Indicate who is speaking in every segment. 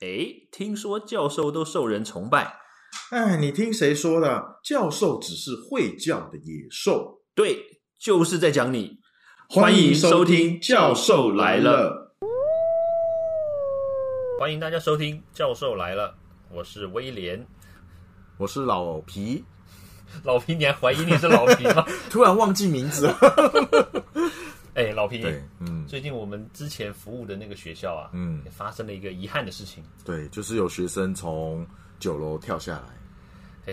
Speaker 1: 诶，听说教授都受人崇拜，
Speaker 2: 哎，你听谁说的？教授只是会叫的野兽。
Speaker 1: 对，就是在讲你。
Speaker 2: 欢迎收
Speaker 1: 听
Speaker 2: 听《教授来了》。
Speaker 1: 欢迎大家收听《教授来了》，我是威廉。
Speaker 3: 我是老皮，
Speaker 1: 老皮，你还怀疑你是老皮吗？
Speaker 3: 突然忘记名 字了。
Speaker 1: 哎，老皮，
Speaker 3: 对，嗯
Speaker 1: 最近我们之前服务的那个学校啊，
Speaker 3: 嗯
Speaker 1: 也，发生了一个遗憾的事情。
Speaker 3: 对，就是有学生从九楼跳下来，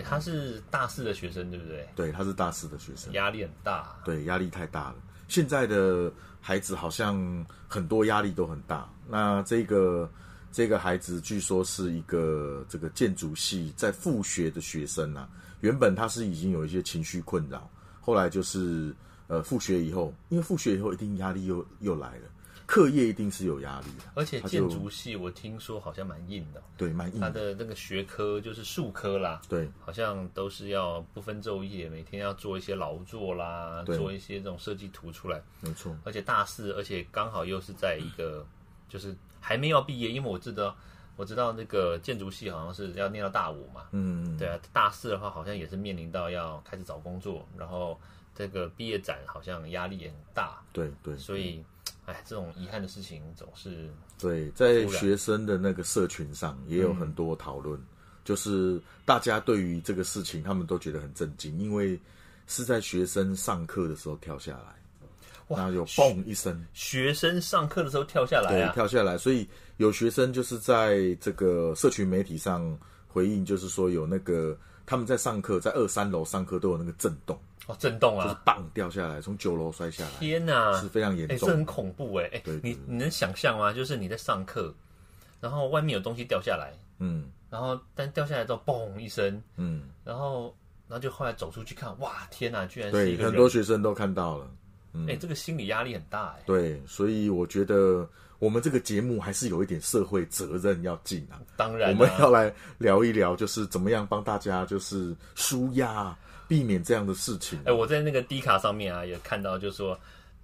Speaker 1: 哎，他是大四的学生，对不对？
Speaker 3: 对，他是大四的学生，
Speaker 1: 压力很大。
Speaker 3: 对，压力太大了。现在的孩子好像很多压力都很大。那这个这个孩子据说是一个这个建筑系在复学的学生啊，原本他是已经有一些情绪困扰，后来就是呃复学以后，因为复学以后一定压力又又来了，课业一定是有压力的，
Speaker 1: 而且
Speaker 3: 他
Speaker 1: 建
Speaker 3: 就
Speaker 1: 筑系我听说好像蛮硬的，
Speaker 3: 对，蛮硬
Speaker 1: 他
Speaker 3: 的，
Speaker 1: 的那个学科就是数科啦，
Speaker 3: 对。
Speaker 1: 好像都是要不分昼夜，每天要做一些劳作啦，
Speaker 3: 对
Speaker 1: 做一些这种设计图出来。
Speaker 3: 没错，
Speaker 1: 而且大四，而且刚好又是在一个就是还没有毕业，因为我知道我知道那个建筑系好像是要念到大五嘛，
Speaker 3: 嗯，
Speaker 1: 对啊，大四的话好像也是面临到要开始找工作，然后这个毕业展好像压力也很大，
Speaker 3: 对对
Speaker 1: 所以。哎，这种遗憾的事情总是
Speaker 3: 对，在学生的那个社群上也有很多讨论，就是大家对于这个事情，他们都觉得很震惊，因为是在学生上课的时候跳下来，
Speaker 1: 哇
Speaker 3: 然后有嘣一声，
Speaker 1: 学生上课的时候跳下来
Speaker 3: 对，
Speaker 1: 啊，
Speaker 3: 跳下来，所以有学生就是在这个社群媒体上回应，就是说有那个他们在上课，在二三楼上课都有那个震动，
Speaker 1: 哦，震动
Speaker 3: 就是
Speaker 1: 啊，
Speaker 3: 棒掉下来，从九楼摔下来，
Speaker 1: 天哪、
Speaker 3: 是非常严
Speaker 1: 哎、
Speaker 3: 重
Speaker 1: 这很恐怖哎、哎、
Speaker 3: 对对
Speaker 1: 你你能想象吗？就是你在上课，然后外面有东西掉下来，
Speaker 3: 嗯
Speaker 1: 然后但掉下来之后嘣一声，
Speaker 3: 嗯，
Speaker 1: 然后然后就后来走出去看，哇，天哪，居然是一
Speaker 3: 对，
Speaker 1: 个
Speaker 3: 很
Speaker 1: 人
Speaker 3: 多，学生都看到了。
Speaker 1: 哎、这个心理压力很大哎、
Speaker 3: 对，所以我觉得我们这个节目还是有一点社会责任要尽啊。
Speaker 1: 当然、
Speaker 3: 我
Speaker 1: 啊，
Speaker 3: 们要来聊一聊，就是怎么样帮大家就是舒压，避免这样的事情。啊
Speaker 1: 哎、我在那个 D 卡上面啊，也看到，就是说，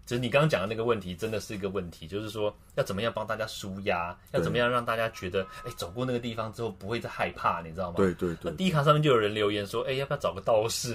Speaker 1: 就是你刚刚讲的那个问题，真的是一个问题，就是说要怎么样帮大家舒压，要
Speaker 3: 对
Speaker 1: 怎么样让大家觉得，哎、走过那个地方之后不会再害怕，你知道吗？
Speaker 3: 对对
Speaker 1: 那
Speaker 3: 对，
Speaker 1: D 卡上面就有人留言说，哎、要不要找个道 士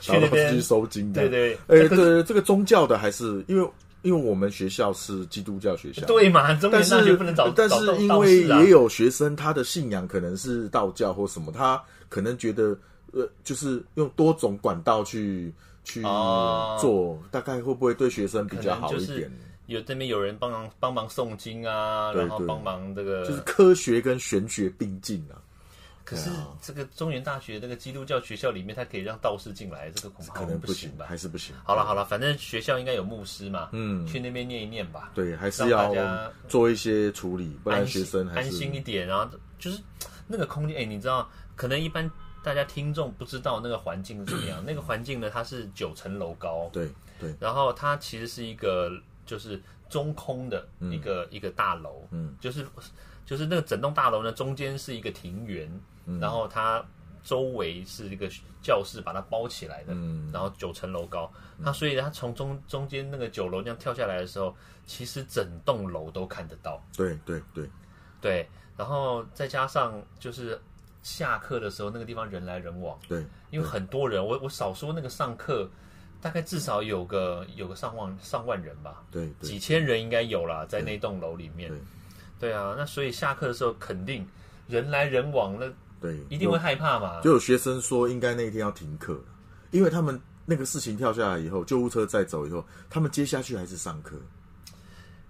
Speaker 1: 去
Speaker 3: 然
Speaker 1: 那
Speaker 3: 后
Speaker 1: 边
Speaker 3: 去？收金
Speaker 1: 对
Speaker 3: 的。
Speaker 1: 对，
Speaker 3: 哎，
Speaker 1: 这个
Speaker 3: 对这个宗教的还是因为因为我们学校是基督教学校，
Speaker 1: 对嘛，中
Speaker 3: 但
Speaker 1: 年大学
Speaker 3: 是
Speaker 1: 不能找
Speaker 3: 但
Speaker 1: 找道
Speaker 3: 是因
Speaker 1: 道
Speaker 3: 为
Speaker 1: 士啊
Speaker 3: 也。有学生他的信仰可能是道教或什么，他可能觉得呃，就是用多种管道去去
Speaker 1: 哦
Speaker 3: 做，大概会不会对学生比较好一
Speaker 1: 可能就
Speaker 3: 点
Speaker 1: 是？有这边有人帮忙帮忙诵经啊，
Speaker 3: 对
Speaker 1: 然后
Speaker 3: 对
Speaker 1: 帮忙这个，
Speaker 3: 就是科学跟玄学并进啊，
Speaker 1: 可是这个中原大学这个基督教学校里面，它可以让道士进来，这个恐怕
Speaker 3: 可能
Speaker 1: 哦不
Speaker 3: 不
Speaker 1: 行
Speaker 3: 行，
Speaker 1: 吧？
Speaker 3: 还是不行。
Speaker 1: 好了好了，反正学校应该有牧师嘛，
Speaker 3: 嗯
Speaker 1: 去那边念一念吧，
Speaker 3: 对，还是
Speaker 1: 让
Speaker 3: 要
Speaker 1: 大家
Speaker 3: 做一些处理，不然
Speaker 1: 安
Speaker 3: 学
Speaker 1: 心
Speaker 3: 生还
Speaker 1: 安心一
Speaker 3: 是
Speaker 1: 点，然后就是那个空间，哎、你知道，可能一般大家听众不知道那个环境是怎么样，那个环境呢，它是九层楼高，
Speaker 3: 对对，
Speaker 1: 然后它其实是一个就是中空的一个、一个大楼，
Speaker 3: 嗯，
Speaker 1: 就是就是那个整栋大楼呢，中间是一个庭园，
Speaker 3: 嗯
Speaker 1: 然后它周围是一个教室，把它包起来的，
Speaker 3: 嗯
Speaker 1: 然后九层楼高，它所以它从中中间那个九楼这样跳下来的时候，其实整栋楼都看得到，
Speaker 3: 对对对，
Speaker 1: 对，然后再加上就是下课的时候，那个地方人来人往，
Speaker 3: 对，
Speaker 1: 因为很多人，我我少说那个上课。大概至少有个有个上万上万人吧，
Speaker 3: 对对
Speaker 1: 几千人应该有啦，在那栋楼里面
Speaker 3: 对。
Speaker 1: 对啊，那所以下课的时候肯定人来人往，那
Speaker 3: 对，
Speaker 1: 一定会害怕嘛。
Speaker 3: 就有学生说，应该那一天要停课了，因为他们那个事情跳下来以后，救护车载走以后，他们接下去还是上课，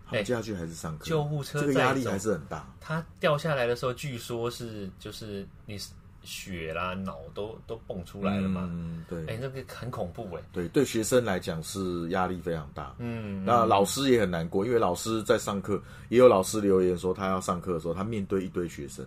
Speaker 3: 他
Speaker 1: 哎
Speaker 3: 们接下去还是上课，
Speaker 1: 救护车
Speaker 3: 这个压力
Speaker 1: 载走
Speaker 3: 还是很大。
Speaker 1: 他掉下来的时候，据说是就是你血啦、脑都都蹦出来了嘛。
Speaker 3: 嗯，
Speaker 1: 哎、
Speaker 3: 对
Speaker 1: 那个很恐怖哎、
Speaker 3: 对，对学生来讲是压力非常大。
Speaker 1: 嗯，
Speaker 3: 那老师也很难过，因为老师在上课，也有老师留言说，他要上课的时候，他面对一堆学生，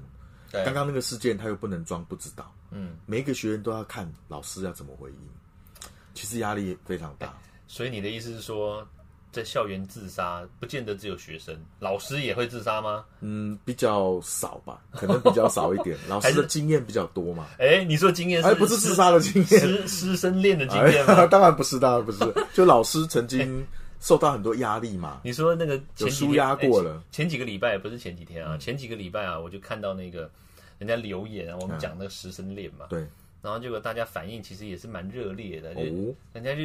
Speaker 1: 对
Speaker 3: 刚刚那个事件他又不能装不知道，
Speaker 1: 嗯，
Speaker 3: 每一个学员都要看老师要怎么回应，其实压力非常
Speaker 1: 哎
Speaker 3: 大。
Speaker 1: 所以你的意思是说，在校园自杀不见得只有学生，老师也会自杀吗？
Speaker 3: 嗯，比较少吧，可能比较少一 点。老
Speaker 1: 还
Speaker 3: 师
Speaker 1: 是
Speaker 3: 的经验比较多嘛，
Speaker 1: 哎、你说经验是、
Speaker 3: 哎，不是自杀的经验， 哎
Speaker 1: 师师生恋的经验吗？
Speaker 3: 哎，当然不是，当然不是。就老师曾经受到很多压力嘛。
Speaker 1: 你说那个前
Speaker 3: 有
Speaker 1: 几
Speaker 3: 舒
Speaker 1: 天
Speaker 3: 压
Speaker 1: 哎
Speaker 3: 过了嗯
Speaker 1: 前前几个礼拜不是前几天啊，前几个礼拜啊，我就看到那个人家留言啊，我们讲那个师生恋嘛，
Speaker 3: 对，
Speaker 1: 然后结果大家反应其实也是蛮热烈的，就
Speaker 3: 哦
Speaker 1: 人家就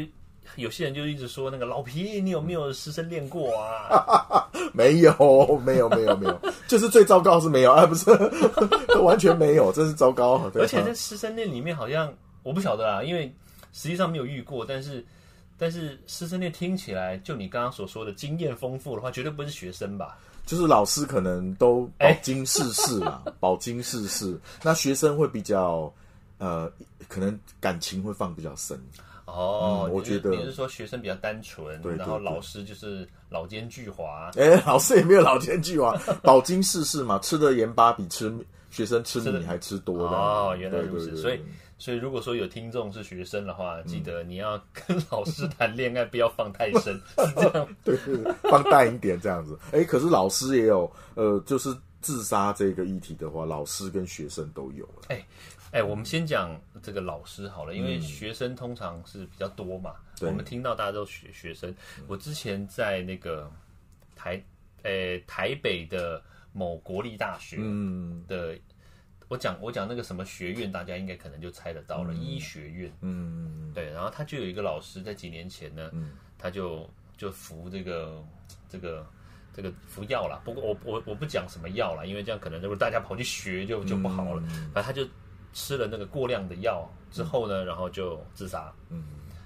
Speaker 1: 有些人就一直说那个老皮，你有没有师生恋过啊？
Speaker 3: 没有，没有，没有，没有， 就是最糟糕是没有啊，不是， 完全没有，真是糟糕。 对啊
Speaker 1: 而且在师生恋里面好像我不晓得啊啦，因为实际上没有遇过，但是。但是师生恋听起来，就你刚刚所说的经验丰富的话，绝对不是学生吧？
Speaker 3: 就是老师可能都
Speaker 1: 哎
Speaker 3: 饱经世事啦， 饱经世事，那学生会比较呃，可能感情会放比较深。
Speaker 1: 哦，
Speaker 3: 嗯我
Speaker 1: 你是
Speaker 3: 觉得
Speaker 1: 你是说学生比较单纯，
Speaker 3: 对对
Speaker 1: 然后
Speaker 3: 对
Speaker 1: 老师就是老奸巨猾，
Speaker 3: 哎、老师也没有老奸巨猾，饱经世事嘛，吃的盐巴比吃学生吃
Speaker 1: 吃的
Speaker 3: 米还吃多的
Speaker 1: 哦，原来如此。所以
Speaker 3: 以，
Speaker 1: 所以如果说有听众是学生的话，
Speaker 3: 嗯
Speaker 1: 记得你要跟老师谈恋爱，不要放太深，是这样。
Speaker 3: 对对对放淡一点这样子。哎、可是老师也有呃，就是自杀这个议题的话，老师跟学生都有了。
Speaker 1: 哎，我们先讲这个老师好了，因为学生通常是比较多嘛，
Speaker 3: 嗯对嗯
Speaker 1: 我们听到大家都学学生。我之前在那个台，呃，台北的某国立大学
Speaker 3: 嗯
Speaker 1: 的。我讲我讲那个什么学院，大家应该可能就猜得到了，医学院。
Speaker 3: 嗯，
Speaker 1: 对，然后他就有一个老师，在几年前呢，他就就服这个这个这个服药啦。不过我我我不讲什么药啦，因为这样可能如果大家跑去学就就不好了。
Speaker 3: 嗯
Speaker 1: 反正他就吃了那个过量的药之后呢，然后就自杀。
Speaker 3: 嗯，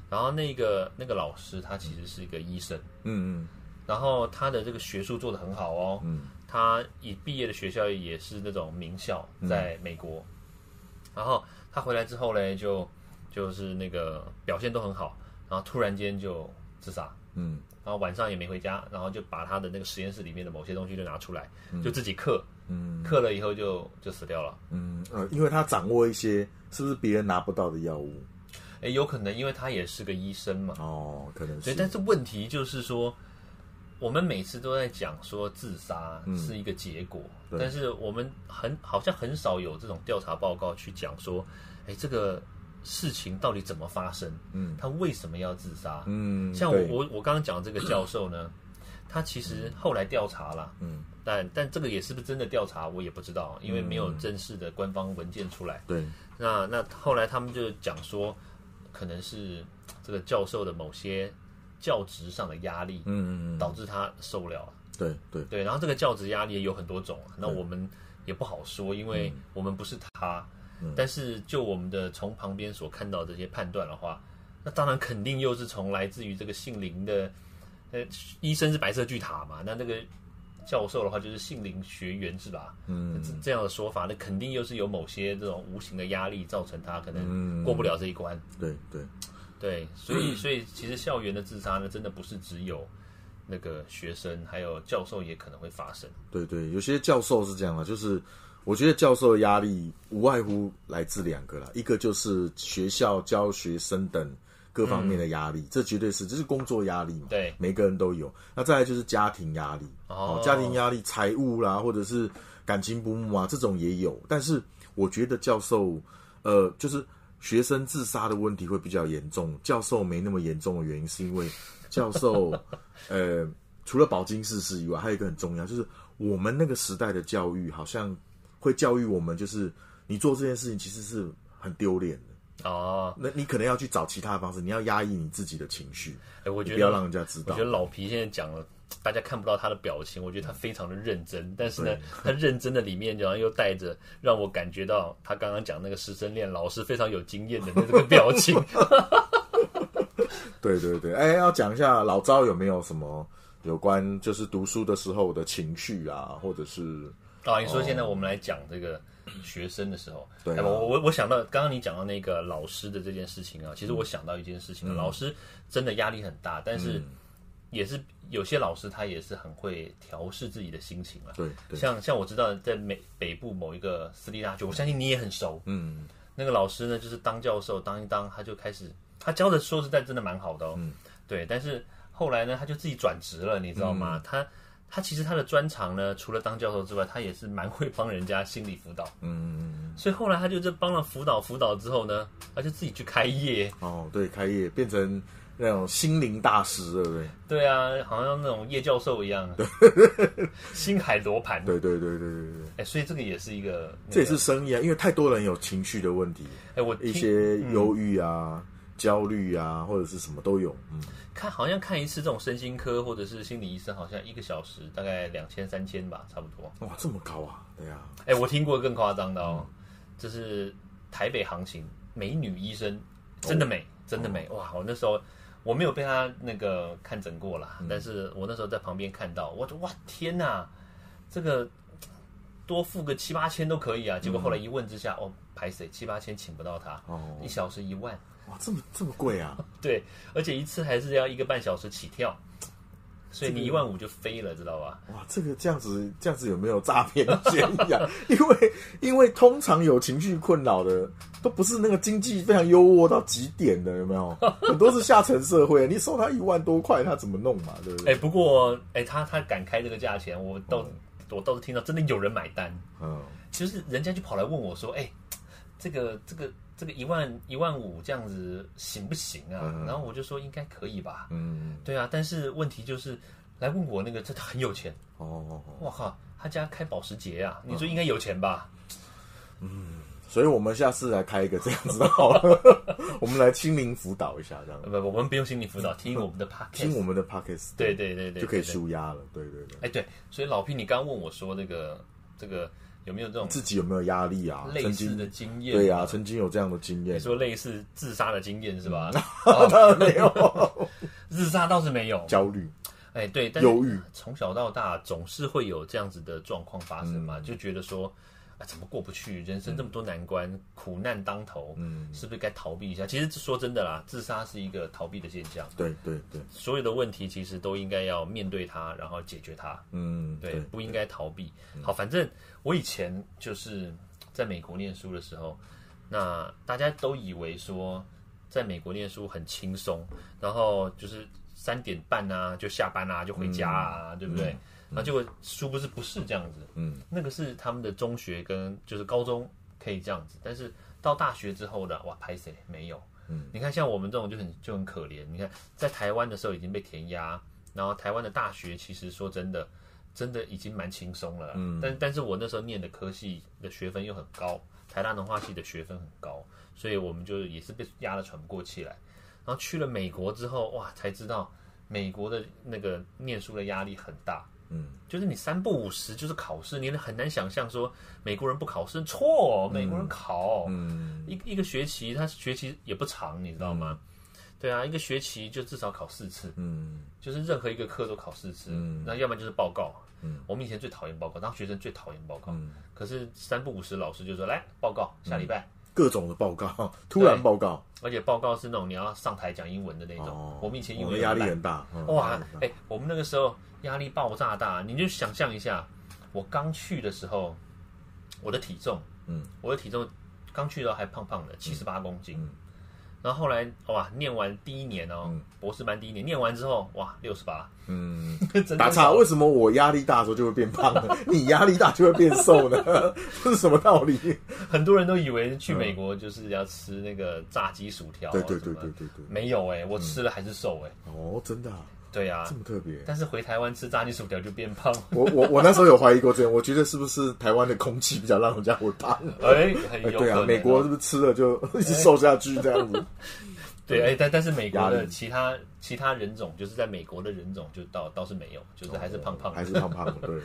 Speaker 1: 然后那个那个老师他其实是一个医生，
Speaker 3: 嗯
Speaker 1: 然后他的这个学术做得很好哦。
Speaker 3: 嗯
Speaker 1: 他一毕业的学校也是那种名校，在美国。然后他回来之后呢，就就是那个表现都很好，然后突然间就自杀，
Speaker 3: 嗯
Speaker 1: 然后晚上也没回家，然后就把他的那个实验室里面的某些东西就拿出来，就自己刻，
Speaker 3: 嗯
Speaker 1: 刻了以后就就死掉了。
Speaker 3: 嗯呃，因为他掌握一些是不是别人拿不到的药物
Speaker 1: 哎，有可能因为他也是个医生嘛，
Speaker 3: 哦，可能
Speaker 1: 所
Speaker 3: 是
Speaker 1: 以，但是问题就是说，我们每次都在讲说自杀是一个结果，
Speaker 3: 嗯对
Speaker 1: 但是我们很好像很少有这种调查报告去讲说，哎，这个事情到底怎么发生？
Speaker 3: 嗯
Speaker 1: 他为什么要自杀？
Speaker 3: 嗯，
Speaker 1: 像我
Speaker 3: 对
Speaker 1: 我我刚刚讲这个教授呢，他其实后来调查了，
Speaker 3: 嗯
Speaker 1: 但但这个也是不是真的调查，我也不知道，因为没有
Speaker 3: 嗯
Speaker 1: 正式的官方文件出来。
Speaker 3: 对
Speaker 1: 那那后来他们就讲说，可能是这个教授的某些教职上的压力
Speaker 3: 嗯嗯嗯
Speaker 1: 导致他受不了。
Speaker 3: 对对
Speaker 1: 对，然后这个教职压力也有很多种，啊那
Speaker 3: 嗯
Speaker 1: 我们也不好说，因为我们不是他。
Speaker 3: 嗯
Speaker 1: 但是就我们的从旁边所看到的这些判断的话，那当然肯定又是从来自于这个姓林的，呃，医生是白色巨塔嘛，那那个教授的话就是姓林学员是吧？
Speaker 3: 嗯
Speaker 1: 这这样的说法，那肯定又是有某些这种无形的压力造成他可能
Speaker 3: 嗯
Speaker 1: 过不了这一关。
Speaker 3: 对对
Speaker 1: 对，所以所以其实校园的自杀呢，真的不是只有那个学生，还有教授也可能会发生。
Speaker 3: 对对，有些教授是这样的，就是我觉得教授的压力无外乎来自两个啦，一个就是学校教学生等各方面的压力，这绝对是这是工作压力嘛，
Speaker 1: 对
Speaker 3: 每个人都有。那再来就是家庭压力，
Speaker 1: 哦
Speaker 3: 家庭压力、财务啦，或者是感情不睦啊，这种也有。但是我觉得教授，呃，就是学生自杀的问题会比较严重，教授没那么严重的原因是因为教授， 呃，除了饱经世事以外，还有一个很重要，就是我们那个时代的教育好像会教育我们，就是你做这件事情其实是很丢脸的。
Speaker 1: 哦，
Speaker 3: 那你可能要去找其他的方式，你要压抑你自己的情绪，
Speaker 1: 哎，我
Speaker 3: 你
Speaker 1: 觉
Speaker 3: 不要让
Speaker 1: 得
Speaker 3: 人家知
Speaker 1: 我
Speaker 3: 道
Speaker 1: 觉得。老皮现在讲了。大家看不到他的表情，我觉得他非常的认真，但是呢，他认真的里面，然后又带着让我感觉到他刚刚讲那个师生恋老师非常有经验的那个表 情。
Speaker 3: 对对对，哎，要讲一下老招有没有什么有关就是读书的时候的情绪啊，或者是
Speaker 1: 啊，你说现在我们来讲这个学生的时候，
Speaker 3: 对啊
Speaker 1: 哎我我我想到刚刚你讲到那个老师的这件事情
Speaker 3: 嗯
Speaker 1: 啊，其实我想到一件事情，啊老师真的压力很大，但是
Speaker 3: 嗯
Speaker 1: 也是有些老师他也是很会调试自己的心情啊。
Speaker 3: 对对，
Speaker 1: 像像我知道在美北部某一个私立大学，我相信你也很熟，
Speaker 3: 嗯
Speaker 1: 那个老师呢，就是当教授当一当，他就开始他教的说实在真的蛮好的哦，
Speaker 3: 嗯
Speaker 1: 对，但是后来呢，他就自己转职了，你知道
Speaker 3: 嗯
Speaker 1: 吗？他他其实他的专长呢，除了当教授之外，他也是蛮会帮人家心理辅导，
Speaker 3: 嗯，
Speaker 1: 所以后来他就这帮了辅导辅导之后呢，他就自己去开业，
Speaker 3: 哦，对，开业变成那种心灵大师，对不对？
Speaker 1: 对啊，好像那种叶教授一样，啊 星海罗盘。
Speaker 3: 对对对对对对，
Speaker 1: 哎，所以这个也是一个，那个
Speaker 3: 这也是生意啊，因为太多人有情绪的问题，
Speaker 1: 哎，我
Speaker 3: 一
Speaker 1: 听
Speaker 3: 些忧郁啊、焦虑啊，或者是什么都有。嗯，
Speaker 1: 看好像看一次这种身心科或者是心理医生，好像一个小时大概两千三千吧，差不多。
Speaker 3: 哇，这么高啊！对啊，
Speaker 1: 哎，我听过更夸张的哦，这是台北航行美女医生，真的美，真的美，哇！我那时候。我没有被她那个看诊过啦，但是我那时候在旁边看到，我就哇天哪，这个多付个七八千都可以啊！结果后来一问之下，哦，排谁七八千请不到她，
Speaker 3: 哦
Speaker 1: 一小时一万，
Speaker 3: 哇，这么这么贵啊！
Speaker 1: 对，而且一次还是要一个半小时起跳，所以
Speaker 3: 这个
Speaker 1: 你一万五就飞了，知道吧？
Speaker 3: 哇，这个这样子这样子有没有诈骗嫌疑啊？ 因为因为通常有情绪困扰的，都不是那个经济非常优渥到极点的，有没有？很多是下层社会，你收他一万多块，他怎么弄嘛？对不
Speaker 1: 哎、
Speaker 3: 嗯对？
Speaker 1: 不过哎、他他敢开这个价钱，我倒、我倒是听到真的有人买单，
Speaker 3: 嗯，
Speaker 1: 就是人家就跑来问我说，哎、这个这个这个一万一万五这样子行不行啊？
Speaker 3: 嗯
Speaker 1: 然后我就说应该可以吧，
Speaker 3: 嗯，
Speaker 1: 对啊，但是问题就是来问我那个真的很有钱，
Speaker 3: 哦哦，哦
Speaker 1: 我靠，他家开保时捷啊，
Speaker 3: 嗯
Speaker 1: 你说应该有钱吧？
Speaker 3: 所以我们下次来开一个这样子的好了， 我们来心灵辅导一下，这样
Speaker 1: 不、不，我们不用心理辅导，听我们的 podcast，
Speaker 3: 嗯听我们的 pockets，
Speaker 1: 对对对对，
Speaker 3: 就可以
Speaker 1: 对对
Speaker 3: 舒压了。对对对，
Speaker 1: 哎，对，所以老 P，你刚刚问我说那个这个有没有这种
Speaker 3: 自己有没有压力啊？
Speaker 1: 类
Speaker 3: 曾
Speaker 1: 似
Speaker 3: 经
Speaker 1: 的经验？
Speaker 3: 对啊，，曾经有这样的经验
Speaker 1: 你，说类似自杀的经验是吧？
Speaker 3: 嗯没有
Speaker 1: 自杀倒是没有，
Speaker 3: 焦虑，
Speaker 1: 哎，对，但
Speaker 3: 忧郁
Speaker 1: 是从小到大总是会有这样子的状况发生
Speaker 3: 嗯
Speaker 1: 嘛，就觉得说。啊，怎么过不去？人生这么多难关，苦难当头，
Speaker 3: 嗯，
Speaker 1: 是不是该逃避一下？其实说真的啦，自杀是一个逃避的现象，
Speaker 3: 对对对，
Speaker 1: 所有的问题其实都应该要面对它，然后解决它。
Speaker 3: 嗯，
Speaker 1: 对，不应该逃避。好，反正我以前就是在美国念书的时候，那大家都以为说在美国念书很轻松，然后就是三点半啊就下班啊就回家啊，对不对？那结果殊不知不是这样子，
Speaker 3: 嗯，
Speaker 1: 那个是他们的中学跟就是高中可以这样子，但是到大学之后的哇，拍谁没有？
Speaker 3: 嗯，
Speaker 1: 你看像我们这种就很就很可怜。你看在台湾的时候已经被填压，然后台湾的大学其实说真的，真的已经蛮轻松了啦。嗯，但但是我那时候念的科系的学分又很高，台大农化系的学分很高，所以我们就也是被压得喘不过气来。然后去了美国之后，哇，才知道美国的那个念书的压力很大。
Speaker 3: 嗯，
Speaker 1: 就是你三不五十就是考试，你很难想象说美国人不考试，错，哦美国人考，
Speaker 3: 嗯，
Speaker 1: 一一个学期，他学期也不长，你知道吗？对啊，一个学期就至少考四次，
Speaker 3: 嗯
Speaker 1: 就是任何一个课都考四次，那要不然就是报告。我们以前最讨厌报告，当学生最讨厌报告。
Speaker 3: 嗯，
Speaker 1: 可是三不五十老师就说来报告，下礼拜，
Speaker 3: 各种的报告，突然报告，
Speaker 1: 而且报告是那种你要上台讲英文的那种。
Speaker 3: 哦，
Speaker 1: 我们以前英
Speaker 3: 我
Speaker 1: 文
Speaker 3: 们压力
Speaker 1: 烂
Speaker 3: 很大，嗯
Speaker 1: 哇
Speaker 3: 压力，很大
Speaker 1: 哎、我们那个时候压力爆炸大，你就想象一下，我刚去的时候，我的体重，
Speaker 3: 嗯，
Speaker 1: 我的体重刚去的时候还胖胖的，七十八公斤，
Speaker 3: 嗯
Speaker 1: 然后后来哇，念完第一年哦，
Speaker 3: 嗯
Speaker 1: 博士班第一年念完之后，哇，六十八，
Speaker 3: 嗯，
Speaker 1: 哎真
Speaker 3: 打岔，为什么我压力大的时候就会变 胖呢？你压力大就会变瘦呢？ 这是什么道理？
Speaker 1: 很多人都以为去美国就是要吃那个炸鸡薯条、啊，
Speaker 3: 嗯对对对
Speaker 1: 什么
Speaker 3: 对
Speaker 1: 的，
Speaker 3: 对对，
Speaker 1: 没有哎、我吃了还是瘦哎、
Speaker 3: 哦，真的啊
Speaker 1: 对啊
Speaker 3: 这，么特别。
Speaker 1: 但是回台湾吃炸鸡薯条就变胖，
Speaker 3: 我我我那时候有怀疑过这个，我觉得是不是台湾的空气比较让人家会胖？
Speaker 1: 哎、很
Speaker 3: 哎
Speaker 1: 有可
Speaker 3: 对
Speaker 1: 能、
Speaker 3: 啊，美国是不是吃了就 一直瘦下去这样 子？
Speaker 1: 对，哎、但但是美国
Speaker 3: 压
Speaker 1: 的
Speaker 3: 力
Speaker 1: 其他其他人种，就是在美国的人种就倒倒是没有，就是还是胖胖的。
Speaker 3: 哦还是胖胖的，对，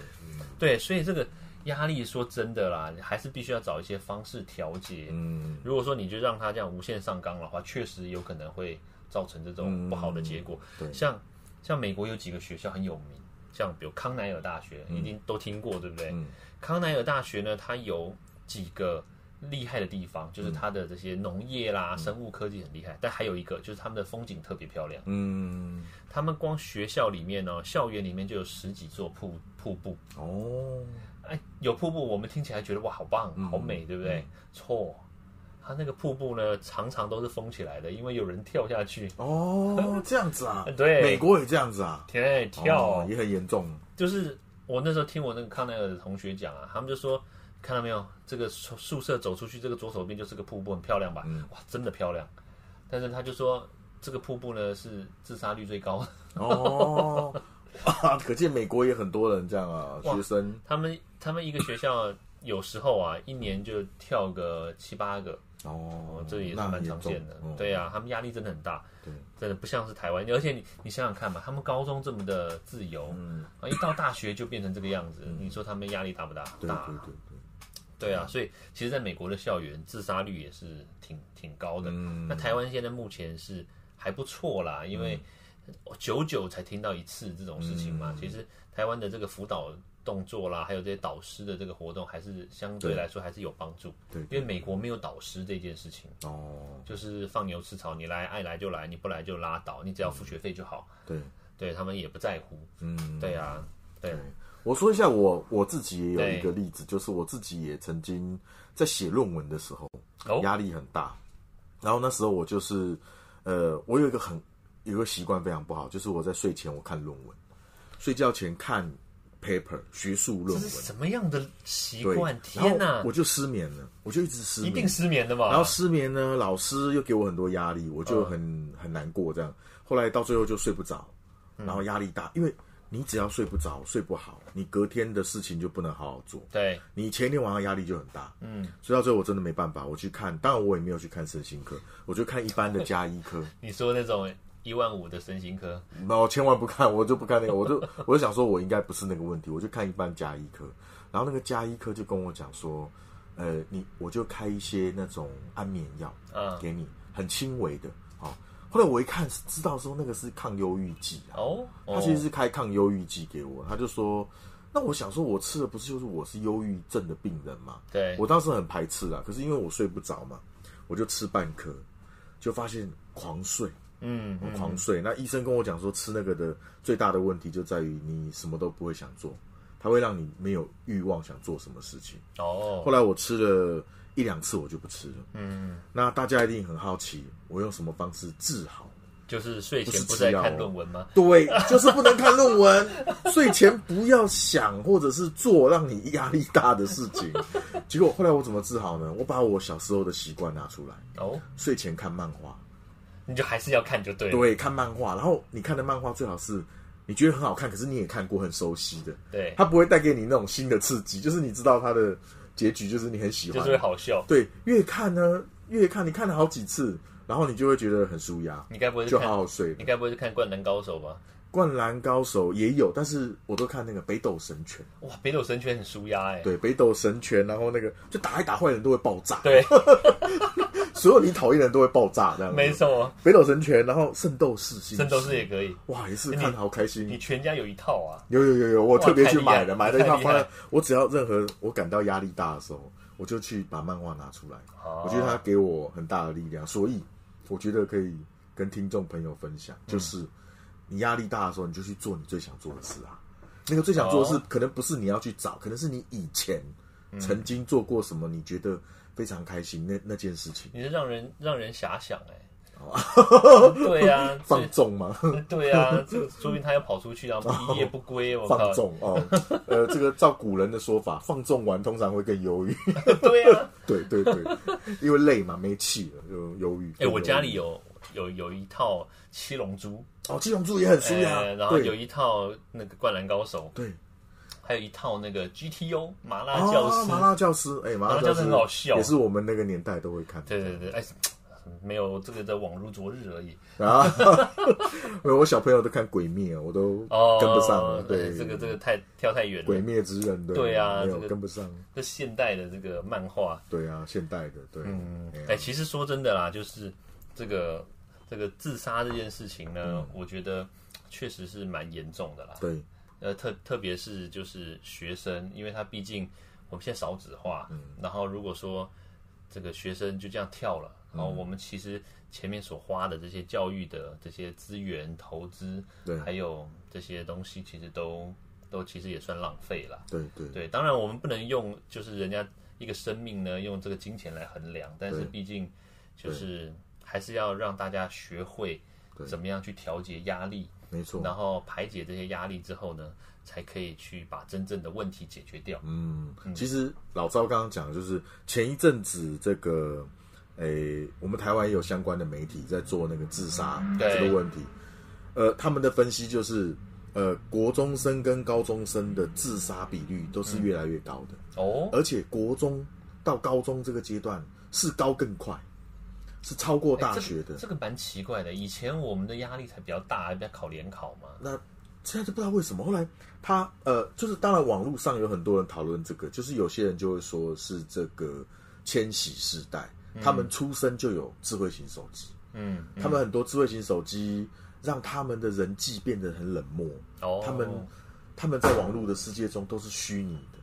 Speaker 1: 对，所以这个压力说真的啦，还是必须要找一些方式调节。
Speaker 3: 嗯，
Speaker 1: 如果说你就让它这样无限上纲的话，确实有可能会造成这种不好的结果。
Speaker 3: 嗯对
Speaker 1: 像像美国有几个学校很有名，像比如康奈尔大学，一定都听过，对不对？
Speaker 3: 嗯
Speaker 1: 康奈尔大学呢，它有几个厉害的地方，
Speaker 3: 嗯
Speaker 1: 就是它的这些农业啦、生物科技很厉害，但还有一个就是他们的风景特别漂亮。
Speaker 3: 嗯，
Speaker 1: 他们光学校里面呢，校园里面就有十几座瀑瀑布，
Speaker 3: 哦，
Speaker 1: 哎，有瀑布，我们听起来觉得哇，好棒，
Speaker 3: 嗯
Speaker 1: 好美，对不对？错，它那个瀑布呢，常常都是封起来的，因为有人跳下去，，
Speaker 3: 哦，这样子啊
Speaker 1: 对
Speaker 3: 美国也这样子啊，
Speaker 1: 天跳，
Speaker 3: 哦也很严重，
Speaker 1: 就是我那时候听我那个康奈尔的同学讲啊，他们就说，看到没有，这个宿
Speaker 3: 嗯
Speaker 1: 宿舍走出去，这个左手边就是个瀑布，很漂亮吧？哇，真的漂亮。但是他就说，这个瀑布呢是自杀率最高 的。
Speaker 3: 哦， 哇，可见美国也很多人这样啊，
Speaker 1: 哇
Speaker 3: 学生
Speaker 1: 他们他们一个学校有时候啊，一年就跳个七八个，
Speaker 3: 哦
Speaker 1: 哦，这也是
Speaker 3: 那
Speaker 1: 蛮
Speaker 3: 很
Speaker 1: 常见
Speaker 3: 严
Speaker 1: 的。
Speaker 3: 重哦
Speaker 1: 对啊，他们压力真的很大，
Speaker 3: 对，
Speaker 1: 真的不像是台湾。而且你你想想看嘛，他们高中这么的自由，
Speaker 3: 嗯，
Speaker 1: 啊，一到大学就变成这个样子，你说他们压力大不大？
Speaker 3: 对
Speaker 1: 大
Speaker 3: 对，对对，
Speaker 1: 对啊。所以其实，在美国的校园自杀率也是挺挺高的。
Speaker 3: 嗯
Speaker 1: 那台湾现在目前是还不错啦，因
Speaker 3: 嗯
Speaker 1: 为久久才听到一次这种事情嘛。其实台湾的这个辅导动作啦，还有这些导师的这个活动，还是相对来说还是有帮助。
Speaker 3: 对
Speaker 1: 因为美国没有导师这件事情，
Speaker 3: 哦，
Speaker 1: 就是放牛吃草，你来爱来就来，你不来就拉倒，你只要付学费就好。
Speaker 3: 对，
Speaker 1: 对他们也不在乎。
Speaker 3: 嗯，
Speaker 1: 对啊，对啊，
Speaker 3: 我说一下我我自己也有
Speaker 1: 对
Speaker 3: 一个例子，就是我自己也曾经在写论文的时候
Speaker 1: 哦，
Speaker 3: 压力很大，然后那时候我就是呃，我有一个很有一个习惯非常不好，就是我在睡前我看论文，睡觉前看 paper 学术论
Speaker 1: 这
Speaker 3: 文
Speaker 1: 是，什么样的习
Speaker 3: 对，
Speaker 1: 惯？
Speaker 3: 然后
Speaker 1: 天哪
Speaker 3: 我，就失眠了，我就一直失
Speaker 1: 一
Speaker 3: 眠，
Speaker 1: 定失眠的嘛。
Speaker 3: 然后失眠呢，老师又给我很多压力，我就很、
Speaker 1: 嗯
Speaker 3: 很难过这样。后来到最后就睡不着，然后压力大，因为你只要睡不着、睡不好，你隔天的事情就不能好好做，
Speaker 1: 对，
Speaker 3: 你前一天晚上压力就很大。
Speaker 1: 嗯，
Speaker 3: 所以到最后我真的没办法，我去看，当然我也没有去看身心科，我就看一般的加医科。
Speaker 1: 你说那种一万五的身心科，
Speaker 3: 那我千万不看，我就不看那个，我就我就想说，我应该不是那个问题，我就看一般加医科。然后那个加医科就跟我讲说，呃，你我就开一些那种安眠药，
Speaker 1: 嗯，
Speaker 3: 给你，很轻微的。好、后来我一看知道说那个是抗忧郁剂啊，
Speaker 1: 哦，
Speaker 3: 他其实是开抗忧郁剂给我，他就说，那我想说我吃的不是就是我是忧郁症的病人嘛，
Speaker 1: 对，
Speaker 3: 我当时很排斥啊，可是因为我睡不着嘛，我就吃半颗，就发现狂睡，
Speaker 1: 嗯
Speaker 3: 我哦狂睡。那医生跟我讲说，吃那个的最大的问题就在于你什么都不会想做，它会让你没有欲望想做什么事情。
Speaker 1: 哦，
Speaker 3: 后来我吃了一两次，我就不吃了。
Speaker 1: 嗯，
Speaker 3: 那大家一定很好奇，我用什么方式治好？
Speaker 1: 就是睡前
Speaker 3: 不
Speaker 1: 不
Speaker 3: 是
Speaker 1: 是在
Speaker 3: 吃药
Speaker 1: 看
Speaker 3: 哦
Speaker 1: 论文吗？
Speaker 3: 对， 就是不能看论文，睡前不要想或者是做让你压力大的事情。结果后来我怎么治好呢？我把我小时候的习惯拿出来，
Speaker 1: 哦，
Speaker 3: 睡前看漫画，
Speaker 1: 你就还是要看就对了，
Speaker 3: 对，看漫画。然后你看的漫画最好是你觉得很好看，可是你也看过很熟悉的，
Speaker 1: 对，
Speaker 3: 它不会带给你那种新的刺激，就是你知道它的结局，就是你很喜
Speaker 1: 就
Speaker 3: 欢
Speaker 1: 是，会好笑。
Speaker 3: 对，越看呢，越看，你看了好几次，然后你就会觉得很舒压，
Speaker 1: 你该不会是
Speaker 3: 就
Speaker 1: 嗯看
Speaker 3: 好，好睡了
Speaker 1: 你。该不会是看《灌篮高手》吧？
Speaker 3: 灌篮高手也有，但是我都看那个北斗神拳，
Speaker 1: 哇，北斗神拳很舒压哎，
Speaker 3: 对，北斗神拳，然后那个就打一打，坏人都会爆炸，，
Speaker 1: 对，
Speaker 3: 所有你讨厌的人都会爆炸，这样子
Speaker 1: 没。错，
Speaker 3: 北斗神拳，然后圣斗士星矢，
Speaker 1: 圣斗士也可以，
Speaker 3: 哇，也是看得好开心
Speaker 1: 你。全家有一套啊。
Speaker 3: 有有有有，我特别去买了，
Speaker 1: 哇
Speaker 3: 买
Speaker 1: 太
Speaker 3: 了
Speaker 1: 厉害
Speaker 3: 一套放
Speaker 1: 太厉
Speaker 3: 在
Speaker 1: 害，
Speaker 3: 我只要任何我感到压力大的时候，我就去把漫画拿出来。
Speaker 1: 哦
Speaker 3: 我觉得它给我很大的力量，所以我觉得可以跟听众朋友分享，就是
Speaker 1: 嗯
Speaker 3: 你压力大的时候，你就去做你最想做的事啊。那个最想做的事
Speaker 1: 哦，嗯
Speaker 3: 可能不是你要去找，可能是你以前曾经做过什么，你觉得非常开心那那件事情，
Speaker 1: 你是让人让人遐想哎、 对 呀、啊，
Speaker 3: 哦放纵吗？
Speaker 1: 这对呀、啊，这说定他要跑出去啊，一夜不归，我靠
Speaker 3: 放，纵哦，呃，这个照古人的说法，放纵完通常会更忧郁。
Speaker 1: 对 呀、啊。
Speaker 3: 对对对，因为累嘛，没气了，就忧郁。
Speaker 1: 哎、我家里
Speaker 3: 有
Speaker 1: 有有有一套七龙珠，
Speaker 3: 哦，七龙珠也很舒压、
Speaker 1: 哎
Speaker 3: 对
Speaker 1: 然后有一套那个灌篮高手，
Speaker 3: 对
Speaker 1: 还有一套那个 GTO 麻辣
Speaker 3: 啊
Speaker 1: 教师，
Speaker 3: 麻辣教师，哎，麻
Speaker 1: 麻
Speaker 3: 辣
Speaker 1: 辣
Speaker 3: 教
Speaker 1: 教
Speaker 3: 师
Speaker 1: 师很好笑
Speaker 3: 也是我们那个年代都会看的
Speaker 1: 对对对，哎，没有这个在网络昨日而已。
Speaker 3: 啊。 因为我小朋友都看《鬼灭》，啊我都
Speaker 1: 哦，
Speaker 3: 跟不上了。
Speaker 1: 哎
Speaker 3: 对，
Speaker 1: 这个这个太跳太远
Speaker 3: 《鬼
Speaker 1: 了，
Speaker 3: 灭之刃》对
Speaker 1: 对啊
Speaker 3: 没有
Speaker 1: 这个
Speaker 3: 跟不上。
Speaker 1: 这现代的这个漫画，
Speaker 3: 对啊，现代的对，
Speaker 1: 嗯，哎、
Speaker 3: 哎呀
Speaker 1: 其实说真的啦，就是这个这个自杀这件事情呢，我觉得确实是蛮严重的啦。
Speaker 3: 对，
Speaker 1: 呃，特特别是就是学生，因为他毕竟我们现在少子化，然后如果说这个学生就这样跳了，然后我们其实前面所花的这些教育的这些资源投资，
Speaker 3: 对
Speaker 1: 还有这些东西，其实都都其实也算浪费了。
Speaker 3: 对对
Speaker 1: 对，当然我们不能用就是人家一个生命呢，用这个金钱来衡量，但是
Speaker 3: 对
Speaker 1: 毕竟就是还是要让大家学会怎么样去调节压力，
Speaker 3: 没错。
Speaker 1: 然后排解这些压力之后呢，才可以去把真正的问题解决掉。
Speaker 3: 嗯，其实老赵刚刚讲，的就是前一阵子这个诶、我们台湾也有相关的媒体在做那个自杀
Speaker 1: 嗯对
Speaker 3: 这个问题，呃，他们的分析就是，呃，国中生跟高中生的自杀比率都是越来越高的，
Speaker 1: 哦，
Speaker 3: 而且国中到高中这个阶段是高更快，是超过大学的。
Speaker 1: 这个蛮奇怪的。以前我们的压力才比较大，比较考联考嘛。
Speaker 3: 那现在就不知道为什么，后来他呃，就是当然网络上有很多人讨论这个，就是有些人就会说是这个千禧世代，他们出生就有智慧型手机。
Speaker 1: 嗯，嗯
Speaker 3: 他们很多智慧型手机让他们的人际变得很冷漠，
Speaker 1: 哦，
Speaker 3: 他们他们在网络的世界中都是虚拟的，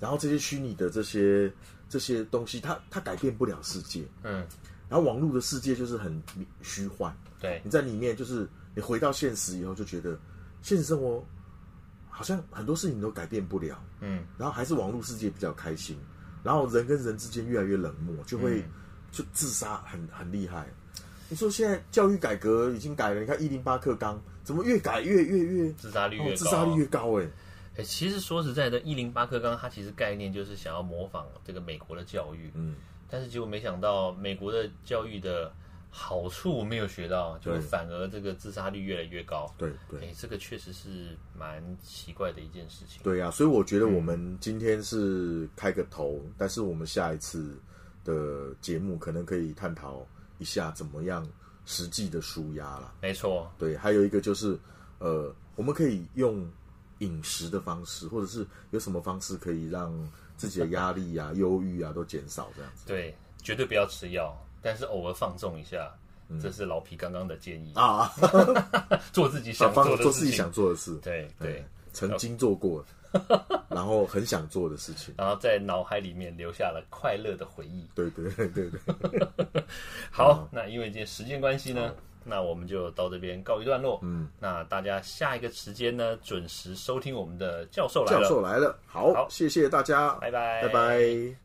Speaker 3: 然后这些虚拟的这些这些东西，它它改变不了世界，
Speaker 1: 嗯，
Speaker 3: 然后网络的世界就是很虚幻，
Speaker 1: 对，
Speaker 3: 你在里面就是你回到现实以后就觉得现实生活好像很多事情都改变不了，
Speaker 1: 嗯，
Speaker 3: 然后还是网络世界比较开心，然后人跟人之间越来越冷漠，就会、
Speaker 1: 嗯
Speaker 3: 就自杀很很厉害。你说现在教育改革已经改了，你看一零八课纲怎么越改越越越
Speaker 1: 自杀率越高，
Speaker 3: 哦、自杀率越高哎、
Speaker 1: 哎、其实说实在的，一零八课纲它其实概念就是想要模仿这个美国的教育，
Speaker 3: 嗯，
Speaker 1: 但是结果没想到美国的教育的好处没有学到，就
Speaker 3: 对
Speaker 1: 反而这个自杀率越来越高。
Speaker 3: 对
Speaker 1: 哎、
Speaker 3: 对
Speaker 1: 这个确实是蛮奇怪的一件事情。
Speaker 3: 对呀、啊所以我觉得
Speaker 1: 嗯
Speaker 3: 我们今天是开个头，但是我们下一次的节目可能可以探讨一下怎么样实际的舒压啦。
Speaker 1: 没错，
Speaker 3: 对，还有一个就是，呃，我们可以用饮食的方式，或者是有什么方式可以让自己的压力啊、 忧郁啊都减少，这样子
Speaker 1: 对，绝对不要吃药，但是偶尔放纵一下，这是老皮刚刚的建议，
Speaker 3: 嗯啊，
Speaker 1: 做自己
Speaker 3: 想
Speaker 1: 想
Speaker 3: 方
Speaker 1: 做的
Speaker 3: 做
Speaker 1: 事
Speaker 3: 自己想做的事，哎
Speaker 1: 对对，
Speaker 3: 曾经做过，然后很想做的事情，
Speaker 1: 然后在脑海里面留下了快乐的回忆。
Speaker 3: 对对对对对，嗯
Speaker 1: 好，那因为今天时间关系呢，那我们就到这边告一段落。嗯，那大家下一个时间呢， 准时收听我们的教授来
Speaker 3: 教
Speaker 1: 了。
Speaker 3: 授来了，好，
Speaker 1: 好
Speaker 3: 谢谢大家，
Speaker 1: 拜拜
Speaker 3: 拜拜。